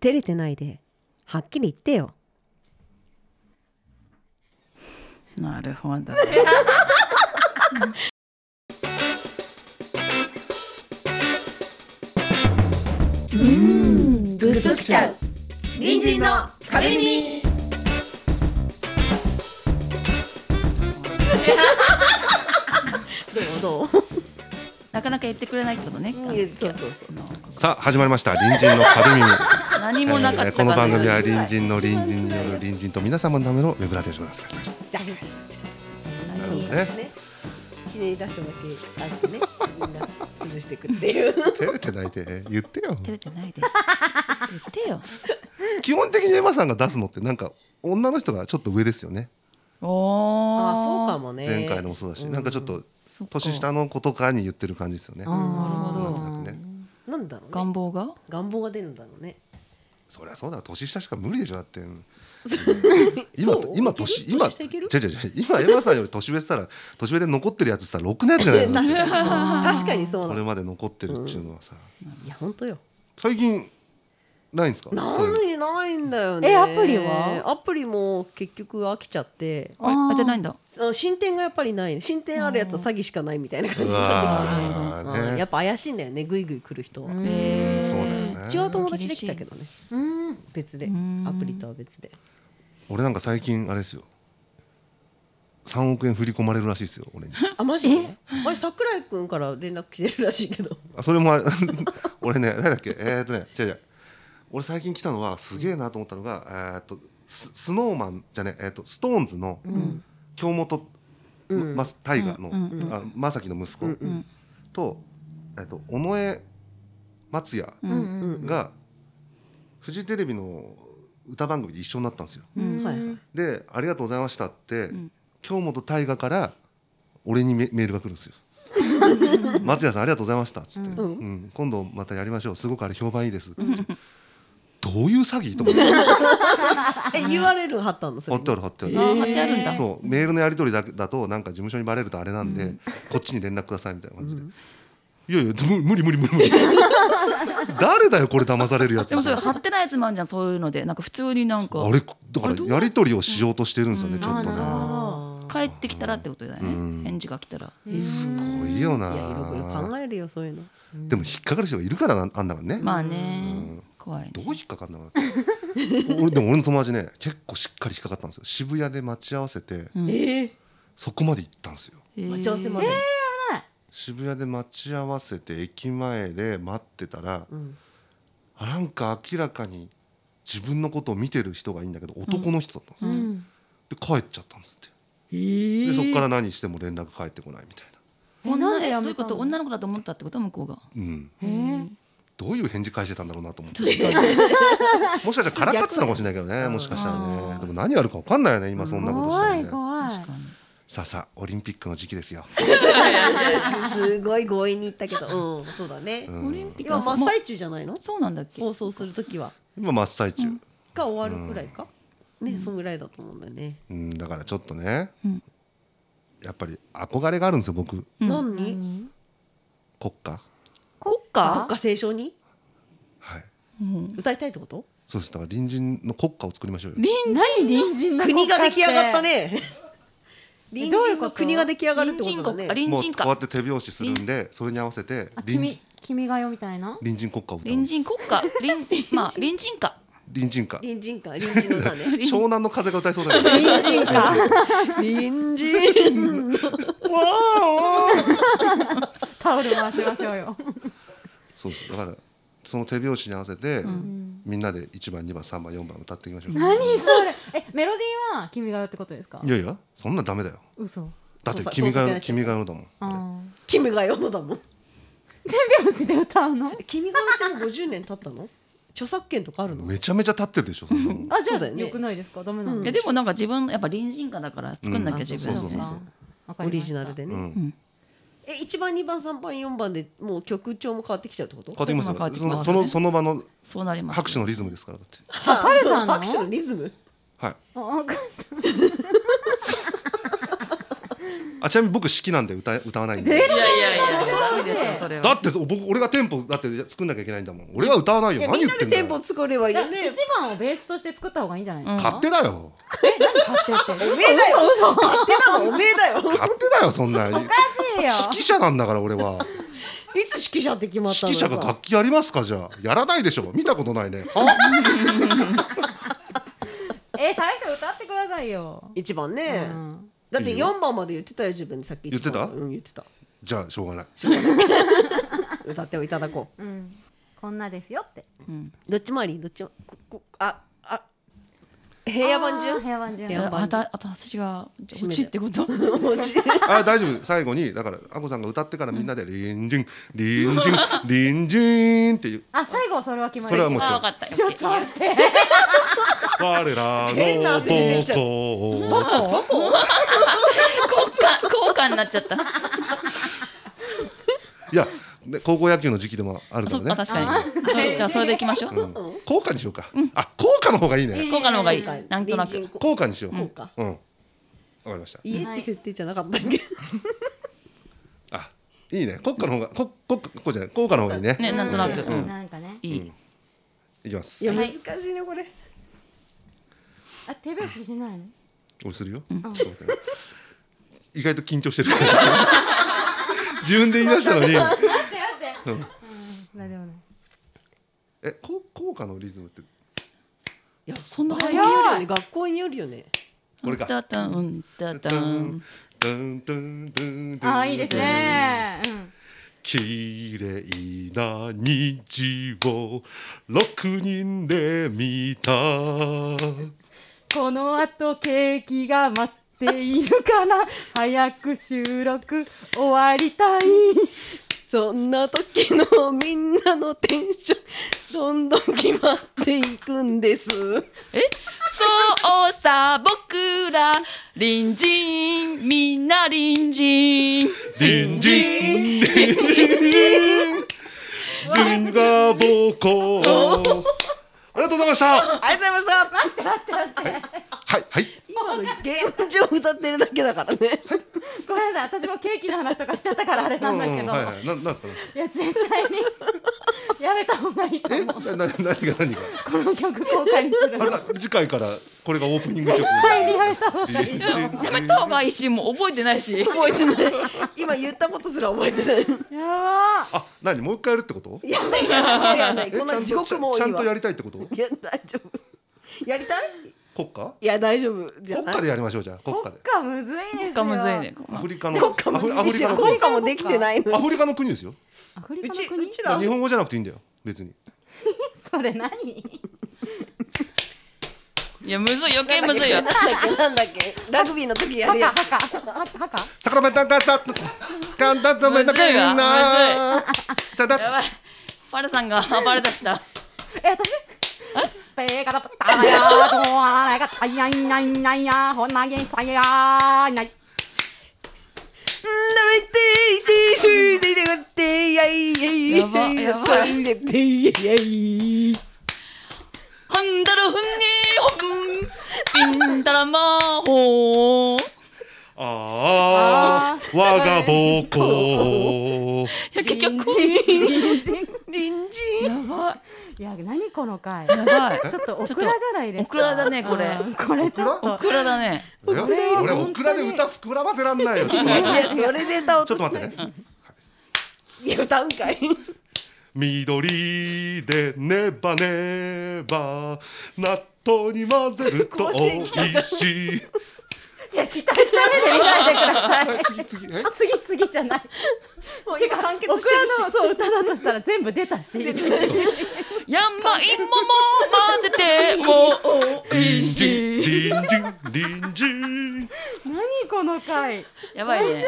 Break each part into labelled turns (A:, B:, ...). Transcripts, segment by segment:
A: 照れてないではっきり言ってよ
B: なるほど。
C: うんグッときちゃう
D: 隣人の壁耳
A: どう
B: なかなか言ってくれないけどね。
A: どうそうそう
B: あの
E: さあ始まりました隣人の壁耳
B: 何もなか
E: え
B: っ
E: ー
B: た
E: こ
B: から
E: の番組は隣人の隣人による隣人と皆様のためのウェブラジオですなるほどね
A: ひねり出しただけあってねみんな潰してくっていう
E: 照れてないで言ってよ
B: 照れてないで。言ってよ。
E: 基本的にエマさんが出すのってなんか女の人がちょっと上ですよね、
B: おお。
A: あそうか。もね
E: 前回のもそうだし、
A: うん
E: なんかちょっと年下の子とかに言ってる感じですよね
C: あー
B: なるほど
E: なんとなくね
A: なんだろう
B: 願
A: ね
B: 望が。
A: 願望が出るんだろうね
E: そりゃそうだ年下しか無理でしょだって今
A: そういけ
E: 今
A: る
E: 年今
A: 年下いける
E: 違う違う違う今エマさんより年上って言ったら年上で残ってるやつって言ったらろくなやつじゃ ないのだっ
A: 確かにそう
E: て
A: 確かにそう
E: こ
A: な
E: れ
A: の
E: まで残ってるっちゅうのはさ、
A: いや本当よ
E: 最近ないんですか
A: な
E: そういうの
A: いないんだよね
C: えアプリは
A: アプリも結局飽きちゃって
C: あー
B: あ、じゃないんだ。
A: その進展がやっぱりない進展あるやつは詐欺しかないみたいな感じ
E: う
A: になってきて
E: わ
A: うん
E: ーね
A: やっぱ怪しいんだよねぐいぐい来る人は、う
B: え
E: そうだよ
A: ちは
E: ね
A: 友達できたけどね
C: うん
A: 別で
B: うん
A: アプリとは別で
E: 俺なんか最近あれですよ3億円振り込まれるらしいですよ俺に
A: あマジであれ桜井くんから連絡来てるらしいけど
E: あそれもあれ 俺ね何だっけえー、っとね違う違う俺最近来たのはすげえなと思ったのが、えーっとススノーマンじゃねえーっとストーンズの
C: うん
E: 京本、
A: うん
E: マスタイガーの、
B: うんうんうん
E: あ正樹の息子
A: うん
B: うん。
E: と,、えーっと尾上松也
B: う。
C: うんんうん
E: が、フジテレビの歌番組で一緒になったんですよ
B: うん。
A: はい
E: で「ありがとうございました」って、
B: ん
E: 京本大我から俺にメメールが来るんですよ「松屋さんありがとうございました」っつって、
A: う
E: うんん今度またやりましょうすごくあれ評判いいです」って言ってどういう詐欺と思って貼
A: え URL 貼ったのそれ
E: ってある貼ってある、
B: あー貼ってあるんだ。
E: そうメールのやり取りだけだとなんか事務所にバレるとあれなんで、こっちに連絡くださいみたいな感じで。いやいやむ無理無理無理無理誰だよこれ騙されるやつ
B: でもそれ貼ってないやつもあるじゃんそういうのでなんか普通になんか
E: あれだからやり取りをしようとしてるんですよね、
B: うん
E: ちょっと
C: あーなるほ
E: ね
C: ど
A: あー
B: 帰ってきたらってことだよね、
E: うん
B: 返事が来たら
A: えー
E: すごいよない
A: やいろいろ考えるよそういうの
E: でも引っかかる人がいるからなんあんだからね、
B: まあね、
E: うん
B: 怖いね
E: どう引っかかんなかった俺でも俺の友達ね結構しっかり引っかかったんですよ渋谷で待ち合わせて
B: うん
A: ええ
E: そこまで行ったんですよ
B: えー
A: 待ち合わせまで
E: 渋谷で待ち合わせて駅前で待ってたら
A: うん
E: あなんか明らかに自分のことを見てる人がいいんだけど男の人だったんです
C: う
E: って、
C: ん
E: で帰っちゃったんですってでそっから何しても連絡返ってこないみたいな
C: えなんでやめたの
B: どういうこと女の子だと思ったってこと向こうが
E: うん
C: へえ
E: どういう返事返してたんだろうなと思って
B: 確かに
E: もしかしたらからかってたのかもしれないけどね
A: うん
E: もしかしたら
B: あ
E: ね
B: ー
E: でも何あるか分かんないよね今そんなことしたら
C: 怖
E: ね
C: い怖い
B: 確かに
E: さあさあオリンピックの時期ですよ、
A: すごい強引に言ったけどうんそうだね
E: うん
B: オリンピック
A: 今
B: の
A: 真っ最中じゃないの
B: そうなんだっけ
A: 放送するときは
E: 今真っ最中、
A: か終わるくらいか、ねそんぐらいだと思うんだよね、
E: うん、だからちょっとね、
B: うん
E: やっぱり憧れがあるんですよ僕
B: うん
A: 何に
C: 何
E: 国歌
B: 国
A: 国
B: 歌
A: 歌斉唱に
E: はい
B: うん
A: 歌いたいってこと
E: そうですだから隣人の国歌を作りましょうよ
B: 隣
C: 何隣人の
A: 国が出来上が った
C: ね
A: ね
C: どうい
A: 隣
C: う
A: 人
C: こと
A: の国が出来上がるってことだね
B: 隣
E: もう
B: 人国
E: こうや
B: あ
E: って手拍子するんでそれに合わせて隣
C: 君
E: 人
C: 君が代みたいな
E: 隣人国歌を歌う
B: 隣
E: んです
B: 人国歌隣人国歌まあ隣人歌
E: 隣人歌
A: 隣人か隣人の歌ね
E: 湘南の風が歌いそうだよねわ
A: 隣人か 隣人の
E: ーおー
C: タオル回しましょうよ、
E: そうですだからその手拍子に合わせて、
C: うん
E: みんなで1番2番3番4番歌っていきましょう
C: 何それえメロディーは君が代ってことですか
E: いやいやそんなんダメだよ
C: 嘘
E: だっ
A: そう
E: て
A: そう
E: 君
A: そうそう
E: が君が代のだもんあれ
C: あ
A: 君が世のだもん
C: 手拍子で歌うの
A: 君が言っても50年経ったの著作権とかあるの
E: めちゃめちゃ立ってるでしょそんなもん
C: あじゃ
A: そう
C: あ
A: だよ
C: よ,、
A: ね
C: くないですかダメなの、
A: うん
B: いやでもなんか自分やっぱ隣人歌だから作んなき
A: う
B: ゃ
A: ん
B: 自
E: そう
B: 分
E: そう
B: の
E: そう
B: ね
C: わかりました
A: オリジナルで
E: う
A: ね、
E: ん
B: うん
A: え1番2番3番4番でもう曲調も変わってきちゃうってこと
E: 変わってきます
B: そう変わっ
E: よ
B: てき
E: そ
B: ます
E: のそのその場の
B: そうなります
E: 拍手のリズムですからだって
C: あパルさんの
A: 拍手のリズム
E: はい
C: あわかっ
E: あちなみに僕指揮なんで歌え歌わないん
C: え
E: で
B: いやいやいやダメでしょそれ
E: だ
B: は
E: って僕俺がテンポだって作んなきゃいけないんだもん俺は歌わない
A: い
E: よ
A: や
E: 何
A: みん
E: 言
A: な
E: って
A: で
E: ん
A: テ
E: だよ
A: ンポ作ればいい
C: じゃ
A: よ
C: あ
A: ね
C: 一。番をベースとして作った方がいいんじゃないです
B: うん
C: か。
E: 勝手だよ
C: え何勝手って。
A: おめえだよ。勝手なのおめえだよ。
E: 勝手だよそ んな指
C: いいよ。
E: 揮者なんだから俺はい
A: つ指揮者って決まったの
E: 指揮
A: よさ
E: 者が楽器やりますかじゃあやらないでしょ見たことないねあ
C: え最初歌ってくださいよ。
A: 一番
C: う
A: ね。
C: ん
A: だって四番まで言ってたよ自分でさっき。
E: 言ってた
A: うん言ってた。
E: じゃあしょう がない
A: 歌ってをいただこ
C: うん。こんなですよって。
B: うん
A: う。どっちもありどっちもここああ平野番
C: あー
A: 順。
C: 平和順
A: い。や
B: あたあた私が落ちってこと
A: 文字
E: あ大丈夫最後にだからあこさんが歌ってからみんなで「リンジンリンジンリンジン」っていう
C: あ最後それは決ま
E: そ
C: り。
E: れはもう
B: あわかった
C: ちょっと待って。
E: 「我らの
A: 変な汗出てきちゃ
E: 母
A: う
E: 校
B: 効果効果になっちゃった
E: いやね高校野球の時期でもあるか
B: そ
E: ら
B: っか
E: ね
B: 確かにそうじゃあそれでいきましょ
E: う
B: うん
E: 校歌にしようかあ校歌の方がいいね
B: 効果の方がいい
C: 今
B: なんとなく
A: 隣人
E: 校歌にしよう
A: 効果
E: うんわかりました
A: 家って設定じゃなかったっけ。
E: あいいね国家の方がこ国家こうじゃない効果の方がいいね
B: ねなんとなく
E: うん
C: なんかね。
B: いい
E: いきます
A: いや難しいねこれ。
C: あ手拍子しないの。
E: 俺するよちょっと待ってね意外と緊張してる 自分で言い出したのに
C: なでもない。
E: えこ効果のリズムって
A: いや
B: そんな
A: 学校に
B: 早い
A: よるよね学校によるよね。
E: これか
B: たたんうんたたん
C: あーいいです。ね。うん。
E: 綺麗な虹を六人で見た。
C: この後ケーキが待っているから早く収録終わりたい
A: そんな時のみんなのテン ションどんどん決まっていくんです。
B: そうさ僕ら隣人みんな隣人
E: 隣人、隣人、銀河暴行。ありがとうございました。は
A: ありがとうございました。
E: い、はい。
A: 今の現状歌ってるだけだからね。
C: ごめんなさい私もケーキの話とかしちゃったからあれなんだけど、
E: うはい、はい、な、なんですかね。
C: いや絶対にやめた方がいいと
E: え、
C: 思う
E: な、な、何が、何が。
C: この曲公開にする
E: あ
C: の
E: ら、次回から、これがオープニング曲。
C: はいやめた方がいい
E: 隣人
B: やめた方がいいしもう覚えてないし
A: 覚えてない。今言ったことすら覚えてない。
C: やば
E: あ、何、もう一回やるってこと。
A: やんないやんないやんない。
E: え
A: こんな地獄もうい
E: ちゃん
A: い
E: とち
A: わ。
E: ゃんと
A: い
E: や
A: や
E: りたいってこと。
A: 大丈夫。やりたい？
E: 国家。
A: いや大丈夫じゃ
E: 国
A: な
E: 家
A: い
E: で。やりましょうじゃあ国家で
C: ーかむずいですよ
B: なんかむずいね
E: アフリカの
A: 国家
E: アフ
A: も
E: リアフ
A: し
E: リ
A: じゃ
E: カの
A: 国
E: 国
A: 家もできてないの
E: ア
A: に。
E: フリカの国ですよ
C: アフリ
A: う
C: カ
A: ち
C: の国
A: うちら
E: 日本語じゃなくていいんだよ別に
C: それ何
B: いやむずい余計むずいよ
A: なんだっけなんだっけラグビーの時や
C: ハ
A: る
C: カ
A: や
C: ハカハカハカ
E: 桜目高さ簡単染めのけんなさ
B: や
E: だ
B: ばいパルさんが暴れ出した
C: え、私ペーカタパタヤーコアライカタヤイナイナイヤーホナゲンサヤーナイ
A: つ。なめていてしゅでれがってやいやい
B: やばやば
A: それでてやいやい。
B: ハンダルフンニホンビンダラマホ
E: ああ我が母校
B: いや結局
C: 隣人
A: 隣人。
B: やば
C: いや、何この回
B: いやばい
C: ちょっとオクラじゃないですか
B: オクラだねこれ
C: うんこれちょっ
B: オ
C: と
B: クラだ ね
E: え俺オクラで歌膨らませらんないよちょっと待
A: い
E: って
A: やそれで歌おう
E: ちょっと待ってね
A: いや歌うんかい
E: 緑でねばねば納豆に混ぜると美味し い
C: じゃあ期待した目で見ないで ください
E: はい次次え
C: 次次じゃない
A: もう今完
C: オクラ
A: 結してるし
C: のそう歌だとしたら全部出たし
B: ヤンマイモも混ぜても
E: 隣
B: 美味
E: 人
B: しい
E: 隣人隣人
C: 何この回
B: やばい
C: 大
B: ね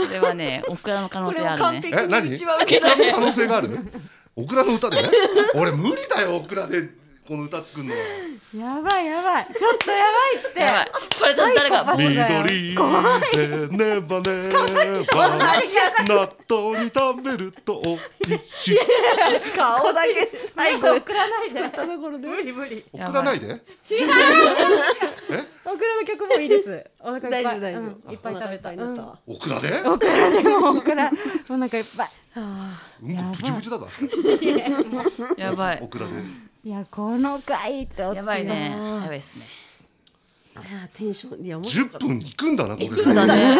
C: 丈夫
B: これはねオクラの可能
A: これ
B: 性
A: も
B: あ
A: 完
B: るね
A: 璧
E: え何
A: に一番受けた
E: 可能性があるオクラの歌で俺無理だよオクラでこの歌作るのは
C: やばいやばいちょっとやばいって
B: やばいこれちょっと誰か
C: 怖い
E: 緑
C: だよ
E: でねばねば納豆に食べると美味しい
A: 顔だけ最後
C: 送らないで
A: ところで
C: 無理無理
E: オクラないで
C: 違う
E: え
C: オクラの曲もいいです。お腹いっぱい。
A: 大丈夫大丈夫、
C: うんいっぱい
A: お
C: 食べた。
A: 腹いっぱいにな
C: うん
A: っ
E: オクラで
C: オクラでもオクラ。お腹いっぱい。
A: たわ、
E: うんこブチブチだか
B: やば
E: ら
B: い
E: オクラで
C: いやこの回ちょっと
B: やばいね
A: うん
B: やばいですね
A: あーいやテンションいや面白か
E: 10
A: った
E: 分いくんだなこれ
B: だね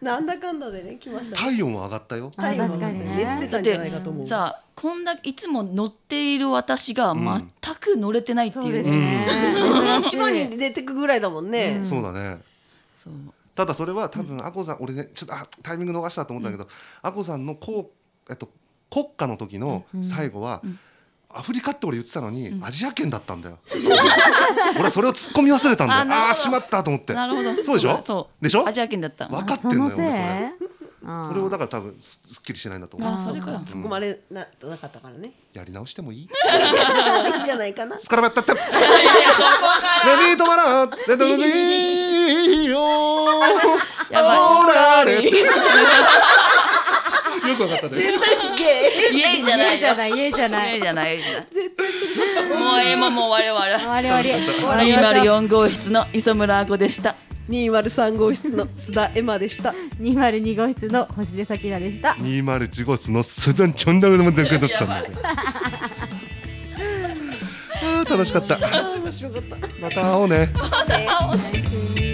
A: なんだかんだでね来ましたね
E: 体温は上がったよ
C: あ
A: 体温
C: 確かにね
A: 熱出たんじゃないかと思う
B: さあこんだいつも乗っている私が
E: うん
B: 全く乗れてないって
C: そう
B: い
C: で
B: う
C: す
B: ね
C: ね。
A: 一番に出てくぐらいだもんね、
E: そうだね
B: そう
E: ただそれは多分あこさん俺ねちょっとあタイミング逃したと思ったけどあこさんのこうえっと国家の時の最後は
B: うん
E: アフリカって俺言ってたのに
B: うん
E: アジア圏だったんだよ 俺はそれを突っ込み忘れたんだよ
B: あなるほど
E: ああーしまったと思って
B: なるほど
E: そうでしょ
B: そ
E: でし
B: う
E: ょ
B: アジア圏だった
E: わ
C: あ
E: かってんのよ
C: そせい
E: 俺それ
C: あー
E: それをだから多分すすっきりしないんだと思う
B: あそれか
A: 突っ込まれななかったからね
E: やり直してもいい
A: いいんじゃないかな
E: スカラバッタッタッレディートマラーレドルビーよ
B: やば
E: オー ラレよくわかったね
A: 絶対 ゲ
B: いイエイじゃない
C: 家
B: よ
C: じゃない家じゃ
B: イ
C: な
B: エイ
C: い。
B: じゃないイエイじゃないもうええもんもう我々
C: 終わり終わり。終わりましょう
B: 204号室の磯村あこでした
A: イ203号室の須田エマでした
C: 202号室の星出咲らでした。
E: 201号室のスダンチョンダルの電話だったんだよあー楽しかった
A: あー面白かった
E: また会おうね
B: あおね
A: うん